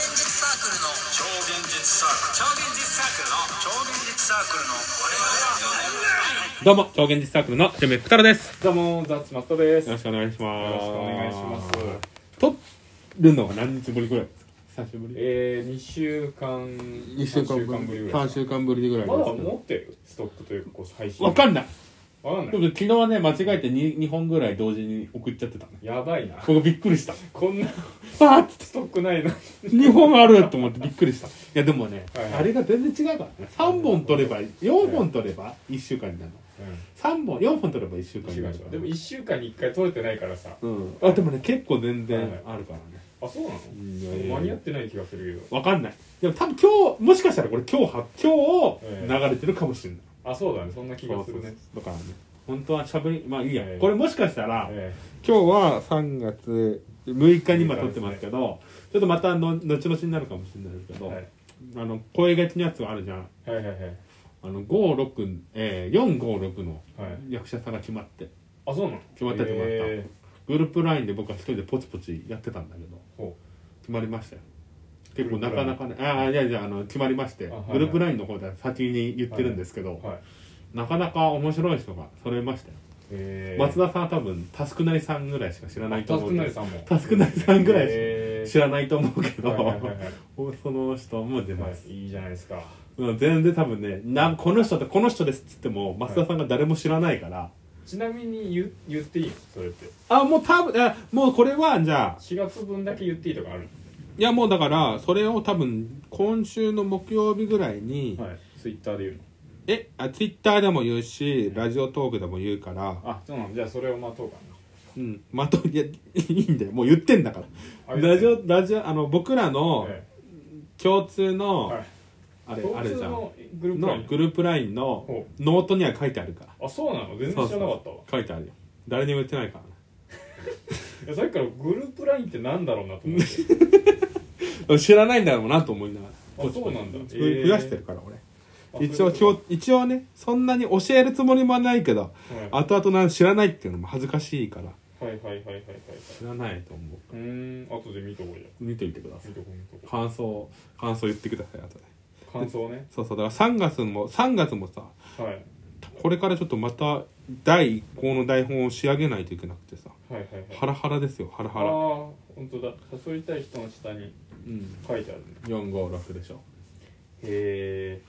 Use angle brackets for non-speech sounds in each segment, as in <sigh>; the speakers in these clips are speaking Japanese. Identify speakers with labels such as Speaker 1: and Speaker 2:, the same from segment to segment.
Speaker 1: クルの
Speaker 2: 超現実サーク
Speaker 1: 超現実サークルの
Speaker 2: ル超現実サークルの
Speaker 3: どうも、超現実サークルのジェメクタラです。
Speaker 4: どうもザッツマストです。
Speaker 3: よろしくお願いします。
Speaker 4: よろしくお願いします。
Speaker 3: 撮るのは何日ぶりぐらいですか久しぶり。
Speaker 4: えー、2週間、
Speaker 3: 2週間
Speaker 4: 三
Speaker 3: ぶ
Speaker 4: ぐ
Speaker 3: り。
Speaker 4: らい
Speaker 3: 3。週間ぶりぐらい
Speaker 4: まだ
Speaker 3: です
Speaker 4: 持ってるストックというか、こう配信。
Speaker 3: わかん
Speaker 4: ない。
Speaker 3: ない。
Speaker 4: わかんな
Speaker 3: 僕
Speaker 4: い。
Speaker 3: 昨日はね、間違えて 2, 2本ぐらい同時に送っちゃってたね。
Speaker 4: やばいな。
Speaker 3: 僕びっくりした。
Speaker 4: こんな
Speaker 3: あーっつ
Speaker 4: ストックないのに。
Speaker 3: って2本あると思ってびっくりした。いやでもね、
Speaker 4: はいはい
Speaker 3: あれが全然違うからね。3本撮れば、4本撮れば1週間になるの。3本、4本撮れば1週間
Speaker 4: 違
Speaker 3: になる
Speaker 4: う違
Speaker 3: から。
Speaker 4: うでも1週間に1回取れてないからさ。
Speaker 3: うん。あ、でもね、結構全然
Speaker 4: はいはい
Speaker 3: あるからね。
Speaker 4: あ、そうなの
Speaker 3: うん
Speaker 4: 間に合ってない気がするけ
Speaker 3: わかんないでも多分今日もしかしたらこれ今日は今
Speaker 4: え
Speaker 3: 日流れてるかもしれない、
Speaker 4: ど。あ、そうだね。そんな気がするね。
Speaker 3: だからね本当はしゃべりまあいいや、
Speaker 4: ええ
Speaker 3: これもしかしたら、
Speaker 4: え
Speaker 3: 今日は3月6日に今撮ってますけどちょっとまたの後々になるかもしれないですけ
Speaker 4: え
Speaker 3: ど、
Speaker 4: はい
Speaker 3: あの声がちのやつがあるじゃん
Speaker 4: はいはいはい。
Speaker 3: あの56、えー、456の
Speaker 4: はい
Speaker 3: 役者さんが決まって、
Speaker 4: あ、そうなの
Speaker 3: 決まった決まった
Speaker 4: え
Speaker 3: グループ LINE で僕は一人でポチポチやってたんだけど
Speaker 4: ーほ
Speaker 3: 決まりましたよ結構なかなかねああいやいやあの決まりまして、
Speaker 4: あはいはい
Speaker 3: グループ LINE の方では先に言ってるんですけど、
Speaker 4: う。はい。
Speaker 3: なかなか面白い人が揃えましたよ、
Speaker 4: え
Speaker 3: 松田さんは多分タスクなりさんぐらいしか知らないと
Speaker 4: タ
Speaker 3: 思
Speaker 4: ス
Speaker 3: うけど
Speaker 4: クなりさんも。
Speaker 3: タスクなりさんぐらい
Speaker 4: え
Speaker 3: 知らないと思うけど、
Speaker 4: はいはいはいはい
Speaker 3: その人も出
Speaker 4: は
Speaker 3: ます、
Speaker 4: い。いいじゃないですか。
Speaker 3: うん全然多分ねなこの人とこの人ですっつっても松田さんが誰も知らないから、
Speaker 4: ちなみに言言っていいのそれって。
Speaker 3: あもう多分あもうこれはじゃあ
Speaker 4: 4月分だけ言っていいとかある
Speaker 3: いやもうだからそれを多分今週の木曜日ぐらいに、
Speaker 4: はいツイッターで言うの
Speaker 3: えあツイッターでも言うしラジオトークでも言うから、
Speaker 4: あそうなのじゃあそれを待とうか
Speaker 3: うん、まといやいいんだよもう言ってんだから
Speaker 4: な
Speaker 3: ラジオラジオあの僕らの
Speaker 4: え
Speaker 3: 共通の、
Speaker 4: はい
Speaker 3: あれ
Speaker 4: え
Speaker 3: あ
Speaker 4: 共
Speaker 3: れ
Speaker 4: 通
Speaker 3: じゃん
Speaker 4: のグループライ
Speaker 3: の
Speaker 4: ン
Speaker 3: グループラインの
Speaker 4: ほ
Speaker 3: ノートには書いてあるから
Speaker 4: あそうなの全然知らなかったわ
Speaker 3: 書いてあるよ誰にも言ってないからね
Speaker 4: いやさっきからグループラインってなんだろうなと思って <laughs>
Speaker 3: でも知らないんだろうなと思いながら
Speaker 4: あ
Speaker 3: ポチポチ
Speaker 4: そうなんだ
Speaker 3: ふ
Speaker 4: えー
Speaker 3: 増やしてるから俺
Speaker 4: あ
Speaker 3: 一応
Speaker 4: そうい
Speaker 3: 今
Speaker 4: う
Speaker 3: 日一応ねそんなに教えるつもりもないけど
Speaker 4: こと
Speaker 3: 後々なん知らないっていうのも恥ずかしいから
Speaker 4: はいはいはいはいはいはいはい
Speaker 3: 知らないと思
Speaker 4: うーん後で見とこうじゃ
Speaker 3: う見てみてください
Speaker 4: 見とこう見とこ
Speaker 3: 感想感想言ってください後で
Speaker 4: う感想ね
Speaker 3: そうそうだから3月も3月もさ
Speaker 4: はい
Speaker 3: これからちょっとまた第1項の台本を仕上げないといけなくてさ
Speaker 4: はいはいはい
Speaker 3: ハラハラですよハラ
Speaker 4: あ
Speaker 3: ハ
Speaker 4: あ
Speaker 3: ラ
Speaker 4: ー本当だ誘いたい人の下に
Speaker 3: うん
Speaker 4: 書いてあるね
Speaker 3: 456でしょ
Speaker 4: へ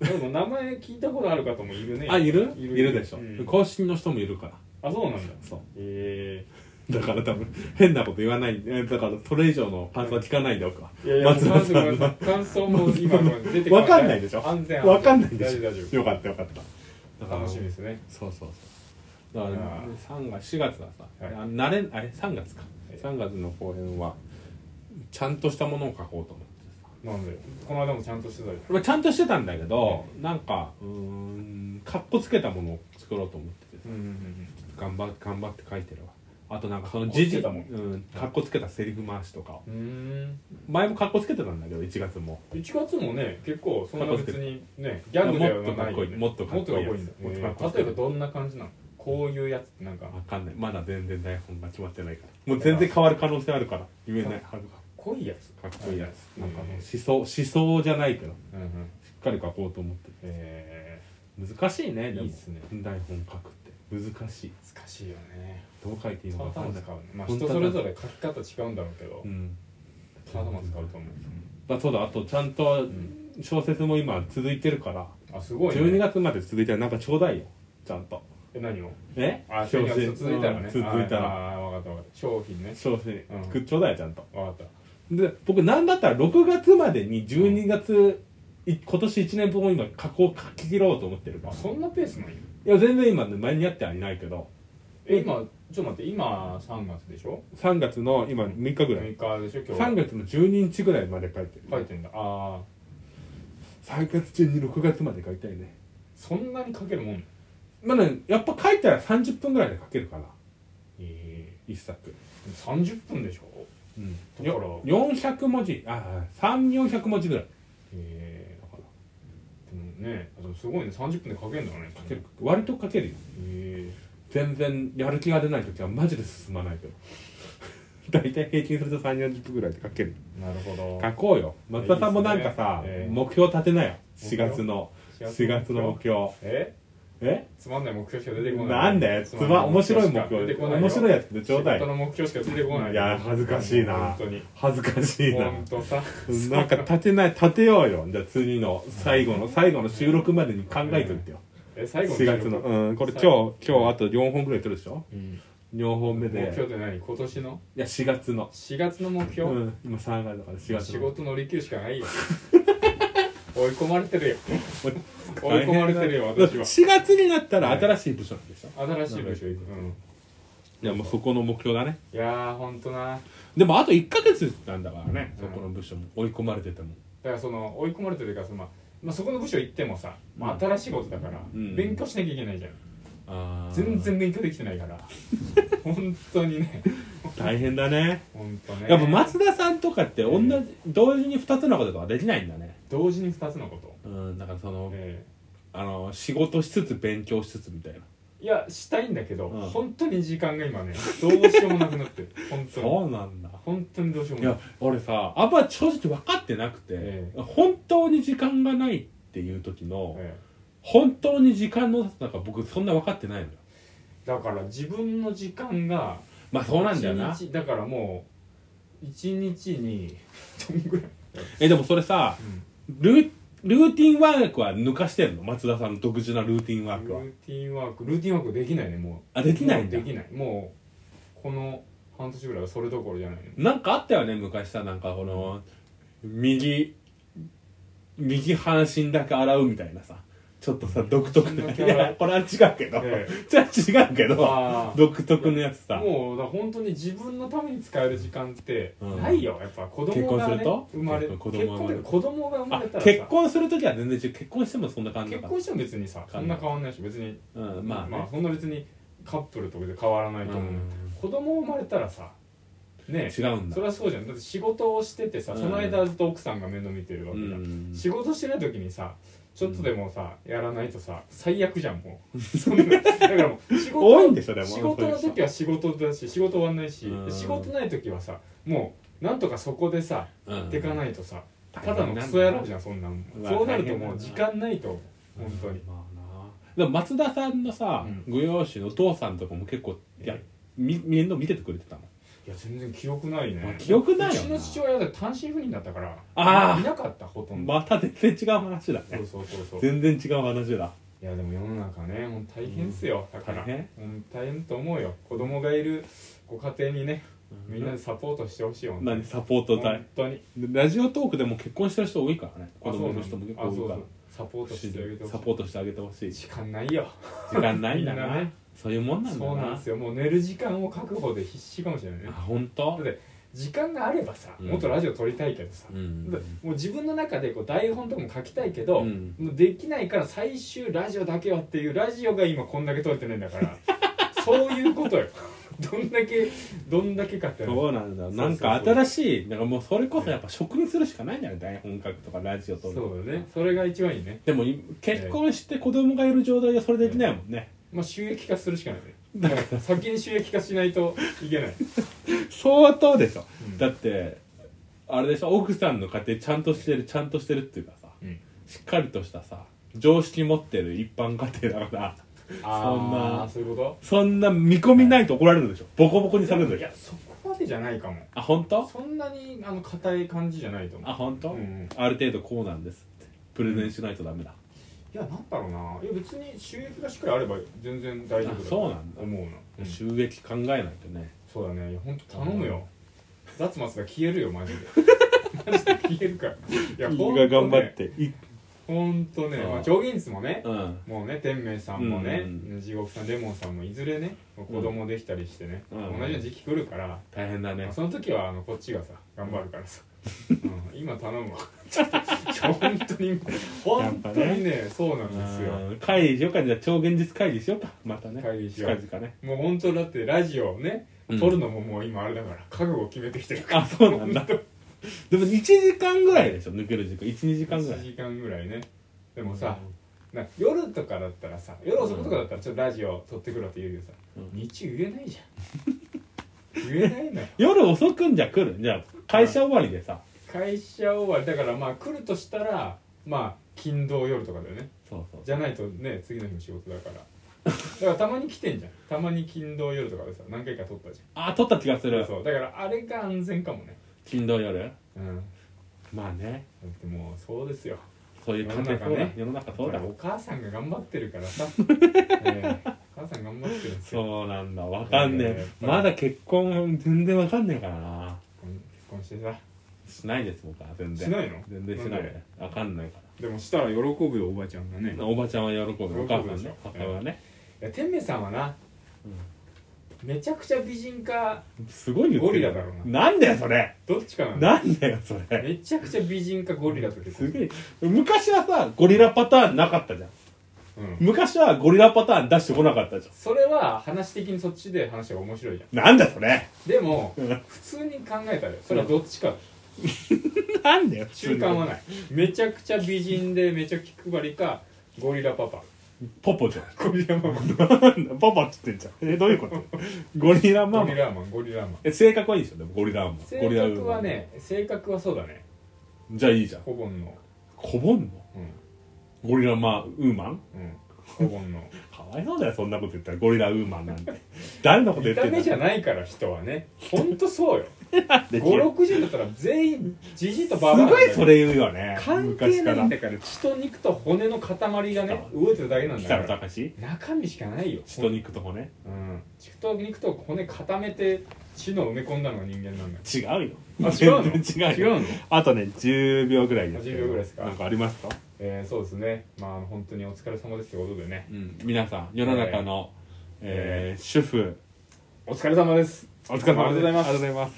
Speaker 4: えでも名前聞いたことある方もいるね
Speaker 3: あいる
Speaker 4: い
Speaker 3: い
Speaker 4: る
Speaker 3: る
Speaker 4: いる
Speaker 3: でしょ、
Speaker 4: うん
Speaker 3: 公式の人もいるから
Speaker 4: あそうなんだ
Speaker 3: そう
Speaker 4: え
Speaker 3: だから多分変なこと言わないえだからそれ以上の感想は聞かないでおくわ
Speaker 4: えいやいや
Speaker 3: 松田さん
Speaker 4: ごめんなさい感想も今ごめん出て
Speaker 3: わかんないでしょ
Speaker 4: 安全安全
Speaker 3: わかんないでしょ
Speaker 4: 大丈夫大丈
Speaker 3: よかったよかった
Speaker 4: 夫楽しみですすね
Speaker 3: そうそうそうだから、
Speaker 4: あー
Speaker 3: 3月4月はさ、
Speaker 4: はい
Speaker 3: あ慣れんあれ3月か
Speaker 4: い
Speaker 3: 3月の公演はちゃんとしたものを書こうと思って
Speaker 4: なんでこの間もちゃんとしてたじゃん
Speaker 3: まあ、ちゃんとしてたんだけど、なんかうーんかっこつけたものを作ろうと思ってて
Speaker 4: うんうんうん
Speaker 3: 頑張って頑張って書いてるわあとなんかその
Speaker 4: かっこ
Speaker 3: 時事か
Speaker 4: つけた
Speaker 3: っ,、
Speaker 4: もん
Speaker 3: うん、かっこつけたセリフ回しとかを
Speaker 4: うーん
Speaker 3: 前もかっこつけてたんだけど1月も
Speaker 4: 1月もね結構そんな別にねギャグではないよね
Speaker 3: もっとかっこいい
Speaker 4: も
Speaker 3: もっとかっこ
Speaker 4: っとかっこいい
Speaker 3: い
Speaker 4: ん
Speaker 3: い
Speaker 4: だ
Speaker 3: や
Speaker 4: へ
Speaker 3: つ
Speaker 4: え例えばどんな感じなのこういうやつってなんか
Speaker 3: わかんないまだ全然台本が決まってないからもう全然変わる可能性あるから言えないはるか
Speaker 4: 濃いやつ
Speaker 3: かっこいいやつ
Speaker 4: は
Speaker 3: ないんかもう思想思想じゃないけどし
Speaker 4: うんうん
Speaker 3: っかり書こうと思って
Speaker 4: え
Speaker 3: る難しいねでも
Speaker 4: いいっすね
Speaker 3: 台本書くって難しい
Speaker 4: ー難しいよね
Speaker 3: どう書いていいのか
Speaker 4: 頭
Speaker 3: 分かんない
Speaker 4: 使うねまあ
Speaker 3: 本当だ
Speaker 4: 人それぞれ書き方違うんだろうけど
Speaker 3: うん
Speaker 4: 頭使うと思う
Speaker 3: あそうだあとちゃんと
Speaker 4: ん
Speaker 3: 小説も今続いてるから、
Speaker 4: あすごいね
Speaker 3: 12月まで続いたらなんかちょうだいよちゃんと
Speaker 4: え何を
Speaker 3: え
Speaker 4: あ商品
Speaker 3: 小説
Speaker 4: 続いたらね
Speaker 3: うん続いたら
Speaker 4: ああ分かった分かった商品ね
Speaker 3: 小説
Speaker 4: うん
Speaker 3: 作っちょうだいよちゃんと
Speaker 4: 分かった
Speaker 3: で僕なんだったら6月までに12月、い今年1年分を今加工書き切ろうと思ってるから
Speaker 4: あ
Speaker 3: い
Speaker 4: そんなペースなんよ
Speaker 3: や全然今ね間に合ってはいないけど
Speaker 4: え今ちょっと待って今3月でしょ
Speaker 3: 3月の今6日ぐらい、
Speaker 4: 6日でしょ今日
Speaker 3: 3月の12日ぐらいまで書いてる、
Speaker 4: 書いてんだああ
Speaker 3: 3月中に6月まで書いたいね
Speaker 4: そんなに書けるもん
Speaker 3: まあねやっぱ書いたら30分ぐらいで書けるから
Speaker 4: え
Speaker 3: 一作
Speaker 4: え30分でしょ
Speaker 3: うん
Speaker 4: だから
Speaker 3: 400文字ああ3400文字ぐらい
Speaker 4: ええ
Speaker 3: だから
Speaker 4: でもねあでもすごいね30分で書けるんだね
Speaker 3: 書ける割と書けるよ
Speaker 4: え
Speaker 3: 全然やる気が出ない時はマジで進まないけど <laughs> 大体平均すると3 4 0分ぐらいで書ける
Speaker 4: なるほど
Speaker 3: 書こうよ松田さんもなんかさ
Speaker 4: いいですねええ
Speaker 3: 目標立てなよ4月の
Speaker 4: 4
Speaker 3: 4月の目標
Speaker 4: え
Speaker 3: え
Speaker 4: つまんない目標しか出てこな
Speaker 3: ないんだよつま面白い目
Speaker 4: しか出
Speaker 3: 標
Speaker 4: てこない
Speaker 3: 面白い
Speaker 4: い
Speaker 3: やつってちょうだ
Speaker 4: 仕事
Speaker 3: い
Speaker 4: の目標しか出てこない
Speaker 3: いや恥ずかしいな
Speaker 4: 本当に
Speaker 3: 恥ずかしいな
Speaker 4: 本当さ
Speaker 3: なんか立てない立てようよじゃあ次の最後の最後の収録までに考えといてよ
Speaker 4: え最後
Speaker 3: 4月のうんこれ今日今日あと4本ぐらい取るでしょ
Speaker 4: うん
Speaker 3: 4本目
Speaker 4: 目標
Speaker 3: で
Speaker 4: って何今年の
Speaker 3: いや4月の
Speaker 4: 4月の目
Speaker 3: う
Speaker 4: 標
Speaker 3: ん今3月だから4月
Speaker 4: 仕
Speaker 3: の
Speaker 4: 事乗り切るしか
Speaker 3: <laughs>
Speaker 4: ないよ追い込まれてるよ
Speaker 3: 追い
Speaker 4: 追い込まれてるよ私は
Speaker 3: 4月になったら新しい部署なんでしょ
Speaker 4: 新しい部署行くうん
Speaker 3: いやもうそこの目標だね
Speaker 4: いやーほんとな
Speaker 3: でもあと1ヶ月なんだからね
Speaker 4: う
Speaker 3: そ
Speaker 4: ん
Speaker 3: この部署も追い込まれてても
Speaker 4: だからその追い込まれてるというかその、まあまあ、そこの部署行ってもさ、まあ、新しいことだから、
Speaker 3: うん
Speaker 4: 勉強しなきゃいけないじゃん
Speaker 3: あー
Speaker 4: 全然勉強できてないから
Speaker 3: <laughs>
Speaker 4: 本当にね
Speaker 3: 大変だね
Speaker 4: 本当ね
Speaker 3: やっぱ松田さんとかって同じ
Speaker 4: う
Speaker 3: 同時に2つのこととかできないんだね
Speaker 4: 同時に2つのこと、
Speaker 3: うんだからその
Speaker 4: え
Speaker 3: あの仕事しつつ勉強しつつみたいな
Speaker 4: えいやしたいんだけど、
Speaker 3: うん
Speaker 4: 本当に時間が今ねどうしようもなく
Speaker 3: <laughs>
Speaker 4: なってる本当に
Speaker 3: そうなんだ
Speaker 4: 本当にどうしよう
Speaker 3: い
Speaker 4: もな
Speaker 3: や
Speaker 4: く
Speaker 3: 俺さあんま正直分かってなくて、
Speaker 4: え
Speaker 3: 本当に時間がないっていう時の、
Speaker 4: え
Speaker 3: 本当に時間のなんか僕そんな分かってないのよ
Speaker 4: えだから自分の時間が
Speaker 3: まあそうなんだよな
Speaker 4: 一日だからもう一日にどんぐらい、
Speaker 3: えでもそれさ
Speaker 4: うん
Speaker 3: ルールーティンワークは抜かしてんの松田さんの独自なルーティンワーク
Speaker 4: ル
Speaker 3: は
Speaker 4: ーティンワークルーティンワークできないねもう
Speaker 3: あできないんだ
Speaker 4: もうできないもうこの半年ぐらいはそれどころじゃないね
Speaker 3: なんかあったよね昔さなんかこの右右半身だけ洗うみたいなさちょっとさ独特な
Speaker 4: 半身だ
Speaker 3: <laughs> い
Speaker 4: け洗う
Speaker 3: やこれは違うけど、
Speaker 4: え
Speaker 3: <laughs> じゃあ違うけど
Speaker 4: あー
Speaker 3: 独特のやつさ
Speaker 4: もうだから本当に自分のために使える時間って
Speaker 3: うん
Speaker 4: ないよ、やっぱ子
Speaker 3: 結
Speaker 4: 供
Speaker 3: 婚
Speaker 4: が、
Speaker 3: す
Speaker 4: ね、
Speaker 3: ると
Speaker 4: 生まれ
Speaker 3: 結
Speaker 4: 結
Speaker 3: 婚
Speaker 4: 婚
Speaker 3: 子供が生まれる
Speaker 4: で子供が生ま
Speaker 3: あ
Speaker 4: れたらさ
Speaker 3: 結婚する時は全然違う結婚してもそんな感じだ
Speaker 4: 結
Speaker 3: から
Speaker 4: 婚しても別にさそんな変わんないし別に、
Speaker 3: うんまあ、ね
Speaker 4: まあ、そんな別にカップルとかで変わらないと思う、子供生まれたらさね
Speaker 3: 違うんだ
Speaker 4: それはそうじゃんだって仕事をしててさその間ずっと奥さんが面倒見てるわ
Speaker 3: う
Speaker 4: けじゃん
Speaker 3: ん
Speaker 4: 仕事してない時にさちょっとでもさ、やらないとさ最悪じゃんも
Speaker 3: <laughs>
Speaker 4: うそんなだからもう仕事
Speaker 3: 多いんでしょでも
Speaker 4: 仕事の
Speaker 3: そういう
Speaker 4: 時は仕事だし仕事終わんないし
Speaker 3: うん
Speaker 4: 仕事ない時はさもうなんとかそこでさ
Speaker 3: 人うん
Speaker 4: やってかないとさ
Speaker 3: 大
Speaker 4: た
Speaker 3: 変
Speaker 4: だ
Speaker 3: なん
Speaker 4: の
Speaker 3: だ
Speaker 4: クソ野郎じゃんそんなん
Speaker 3: うわ
Speaker 4: そうなる
Speaker 3: 大
Speaker 4: と
Speaker 3: 変だな
Speaker 4: もう時間ないと思う本当に
Speaker 3: まあなでも松田さんのさ、
Speaker 4: うん
Speaker 3: ご養子のお父さんとかも結構いやみ面倒見ててくれてたの
Speaker 4: いや全然記憶ない
Speaker 3: まあ
Speaker 4: ね
Speaker 3: 記憶ないうよな
Speaker 4: ちの父親だって単身赴任だったから
Speaker 3: あー
Speaker 4: いなかったほとんど
Speaker 3: また全然違う話だ
Speaker 4: そ
Speaker 3: ね
Speaker 4: うそうそうそう
Speaker 3: 全然違う話だ
Speaker 4: いやでも世の中ねもう大変っすよ、だから
Speaker 3: 大変
Speaker 4: うん大変と思うよ子供がいるご家庭にねみんなでサポートしてほしいよ
Speaker 3: 何サポート隊
Speaker 4: 本当に
Speaker 3: ラジオトークでも結婚してる人多いからね子供の人も結
Speaker 4: あ
Speaker 3: 構多
Speaker 4: そう
Speaker 3: い
Speaker 4: な
Speaker 3: か
Speaker 4: んだあそうそうサポートしてあげて
Speaker 3: ら
Speaker 4: ほし
Speaker 3: サ
Speaker 4: い
Speaker 3: ポートしてあげてほしい時
Speaker 4: 時間ないよ
Speaker 3: 間ないん <laughs> だ
Speaker 4: みんな
Speaker 3: な
Speaker 4: ね
Speaker 3: そういうもんなんだ
Speaker 4: そうなん
Speaker 3: な
Speaker 4: ですよもう寝る時間を確保で必死かもしれない
Speaker 3: あ
Speaker 4: ね
Speaker 3: 本当
Speaker 4: 時間があればさ、
Speaker 3: うん
Speaker 4: もっとラジオ撮りたいけどさ、
Speaker 3: うん
Speaker 4: だもう自分の中でこう台本とかも書きたいけど、
Speaker 3: うん
Speaker 4: もうできないから最終ラジオだけはっていうラジオが今こんだけ撮れてないんだ
Speaker 3: <laughs>
Speaker 4: からそういうことよどんだけどんだけかって話
Speaker 3: そうなんだ
Speaker 4: そう
Speaker 3: なんか新しいなんかもうそれこそやっぱ職にするしかないんだよね台本書くとかラジオ撮
Speaker 4: そう
Speaker 3: るとか
Speaker 4: だねそれが一番いいね、
Speaker 3: でもい結婚して子供がいる状態でそれできないもんね、
Speaker 4: まあ、収益化するしかないねだ
Speaker 3: <laughs>
Speaker 4: から先に収益化しないといけない
Speaker 3: 相当でしょ、
Speaker 4: うん
Speaker 3: だってあれでしょ奥さんの家庭ちゃんとしてるちゃんとしてるっていうかさ
Speaker 4: うん
Speaker 3: しっかりとしたさ常識持ってる一般家庭だから
Speaker 4: ああそういうこ
Speaker 3: そんな見込みないと怒られるでしょボコボコ
Speaker 4: と
Speaker 3: にされるで
Speaker 4: い
Speaker 3: しょ
Speaker 4: やそこまでじゃないかも
Speaker 3: あ本当
Speaker 4: そんなにあの硬い感じじゃないと思う
Speaker 3: あ本当、
Speaker 4: うんうん
Speaker 3: ある程度こうなんですってプレゼンしないとダメだ、
Speaker 4: いやなんだろうないや別に収益がしっかりあれば全然大丈夫だ
Speaker 3: あそうなんだ
Speaker 4: 思うな、うん
Speaker 3: 収益考えないとね
Speaker 4: そうだねいやほんと頼むよ雑松が消えるよマジ
Speaker 3: <laughs>
Speaker 4: でマジで消えるからいやほんとね
Speaker 3: てい
Speaker 4: ほんとね
Speaker 3: そう
Speaker 4: まあ上限数もね
Speaker 3: うん
Speaker 4: もうね天明さんもね、
Speaker 3: うん
Speaker 4: 地獄さんレモンさんもいずれね子供できたりしてね、
Speaker 3: うん
Speaker 4: 同じような時期来るから、
Speaker 3: 大変だね
Speaker 4: まあその時はあのこっちがさ頑張るからさ、うん、今頼むわちょっと本当に本当にねそうなんですよ
Speaker 3: うん会議しようかじゃあ超現実会議しようかまたね
Speaker 4: 会議しよ
Speaker 3: 近
Speaker 4: う
Speaker 3: 々ね
Speaker 4: もう本当だってラジオをね、
Speaker 3: うん
Speaker 4: 撮るのももう今あれだから覚悟を決めてきてるから
Speaker 3: あそうなんだでも1時間ぐらいでしょ抜ける時間12時間ぐら
Speaker 4: 1
Speaker 3: い
Speaker 4: 時間ぐらいねでもさ、な夜とかだったらさ夜遅くとかだったらちょっとラジオ撮ってくるって言うけどさ、
Speaker 3: うん
Speaker 4: 日中言えないじゃん言えないのよ
Speaker 3: 夜遅くんじゃ来るじゃあ会社終わりでさ
Speaker 4: 会社終わりだからまあ来るとしたらまあ金土夜とかだよね
Speaker 3: そうそう
Speaker 4: じゃないとね次の日も仕事だからだからたまに来てんじゃんたまに勤労夜とかでさ何回か撮ったじ
Speaker 3: あ撮った気がす
Speaker 4: ゃん
Speaker 3: る
Speaker 4: そうだからあれが安全かもね
Speaker 3: 金土夜
Speaker 4: うんだ
Speaker 3: まあね
Speaker 4: ってもうそうですよ
Speaker 3: そういう感じ
Speaker 4: 世の中ね
Speaker 3: 世の中そうだ
Speaker 4: やっぱりお母さんが頑張ってるか
Speaker 3: <laughs>
Speaker 4: らさ、ええお母さん頑張ってるんですよ
Speaker 3: そうなんだわかんね
Speaker 4: や
Speaker 3: え
Speaker 4: っぱり
Speaker 3: まだ結婚全然わかんねえからな
Speaker 4: 結婚してさ
Speaker 3: しないです僕は全然
Speaker 4: しないの
Speaker 3: 全然しな
Speaker 4: なん
Speaker 3: い
Speaker 4: で
Speaker 3: わかんないか
Speaker 4: でもしたら喜ぶよおばちゃんがね
Speaker 3: らおばちゃんは喜ぶお母さん
Speaker 4: 喜ぶでし
Speaker 3: ね
Speaker 4: ょ
Speaker 3: 母親はね
Speaker 4: いや天明さんはな、めちゃくちゃ美人か
Speaker 3: すごい言ってる
Speaker 4: ゴリラだろう
Speaker 3: なんだよそれ
Speaker 4: どっちかなの
Speaker 3: なんだよそれ
Speaker 4: めちゃくちゃ美人かゴリラと結婚
Speaker 3: すげ
Speaker 4: え、
Speaker 3: え昔はさゴリラパターンなかったじゃん
Speaker 4: うん、
Speaker 3: 昔はゴリラパターン出してこなかったじゃ
Speaker 4: それは話的にそっちで話が面白いじゃ
Speaker 3: んなんだよそれ
Speaker 4: んでも
Speaker 3: うん
Speaker 4: 普通に考えたらよそれはどっちか
Speaker 3: なんだよ
Speaker 4: 中間はないめちゃくちゃ美人でめちゃ気配りかゴリラパパ
Speaker 3: ポポじゃん
Speaker 4: ゴリラマ
Speaker 3: な
Speaker 4: マ
Speaker 3: んだ <laughs> パパっつってんじゃんえどういう
Speaker 4: <laughs>
Speaker 3: ことゴリラマ
Speaker 4: ゴ
Speaker 3: マ
Speaker 4: リラマンゴリラマン
Speaker 3: え性格はいいでしょでもゴリラマンゴ
Speaker 4: 性
Speaker 3: リラ
Speaker 4: 格はね性格はそうだね
Speaker 3: ウーマンじゃあいいじゃん
Speaker 4: コボンの
Speaker 3: こぼんの
Speaker 4: う
Speaker 3: ゴリラマウーマン
Speaker 4: んうんコボ
Speaker 3: <laughs>
Speaker 4: ンの
Speaker 3: かわいそうだよそんなこと言ったらゴリラウーマンなんて誰のこと言っ
Speaker 4: 見た
Speaker 3: てんだ
Speaker 4: 目じゃ
Speaker 3: よ
Speaker 4: ないから人はねほんとそうよ
Speaker 3: で
Speaker 4: 560だったら全員じじいとバ
Speaker 3: す
Speaker 4: バア
Speaker 3: ごいそ
Speaker 4: れ
Speaker 3: れ言うよね
Speaker 4: 関係ないんだ
Speaker 3: 昔
Speaker 4: から血と肉と骨の塊がね動いてるだけなんだ
Speaker 3: から北野
Speaker 4: から
Speaker 3: 隆
Speaker 4: 中身しかないよ
Speaker 3: 血と肉と骨
Speaker 4: うん血と肉と骨固めて血の埋め込んだのが人間なんだよ
Speaker 3: 違うよ
Speaker 4: あ違う
Speaker 3: 全
Speaker 4: の
Speaker 3: 然違うよ
Speaker 4: 違うの
Speaker 3: あとね10秒ぐらいですけど
Speaker 4: 10秒ぐらいですか
Speaker 3: なんかありますか
Speaker 4: えー、そうですねまああの本当にお疲れ様ですってことでね
Speaker 3: うん皆さん世の中のえー主婦
Speaker 4: お疲れ様です
Speaker 3: お疲れ様です
Speaker 4: ありがとうございます
Speaker 3: ありがとうございます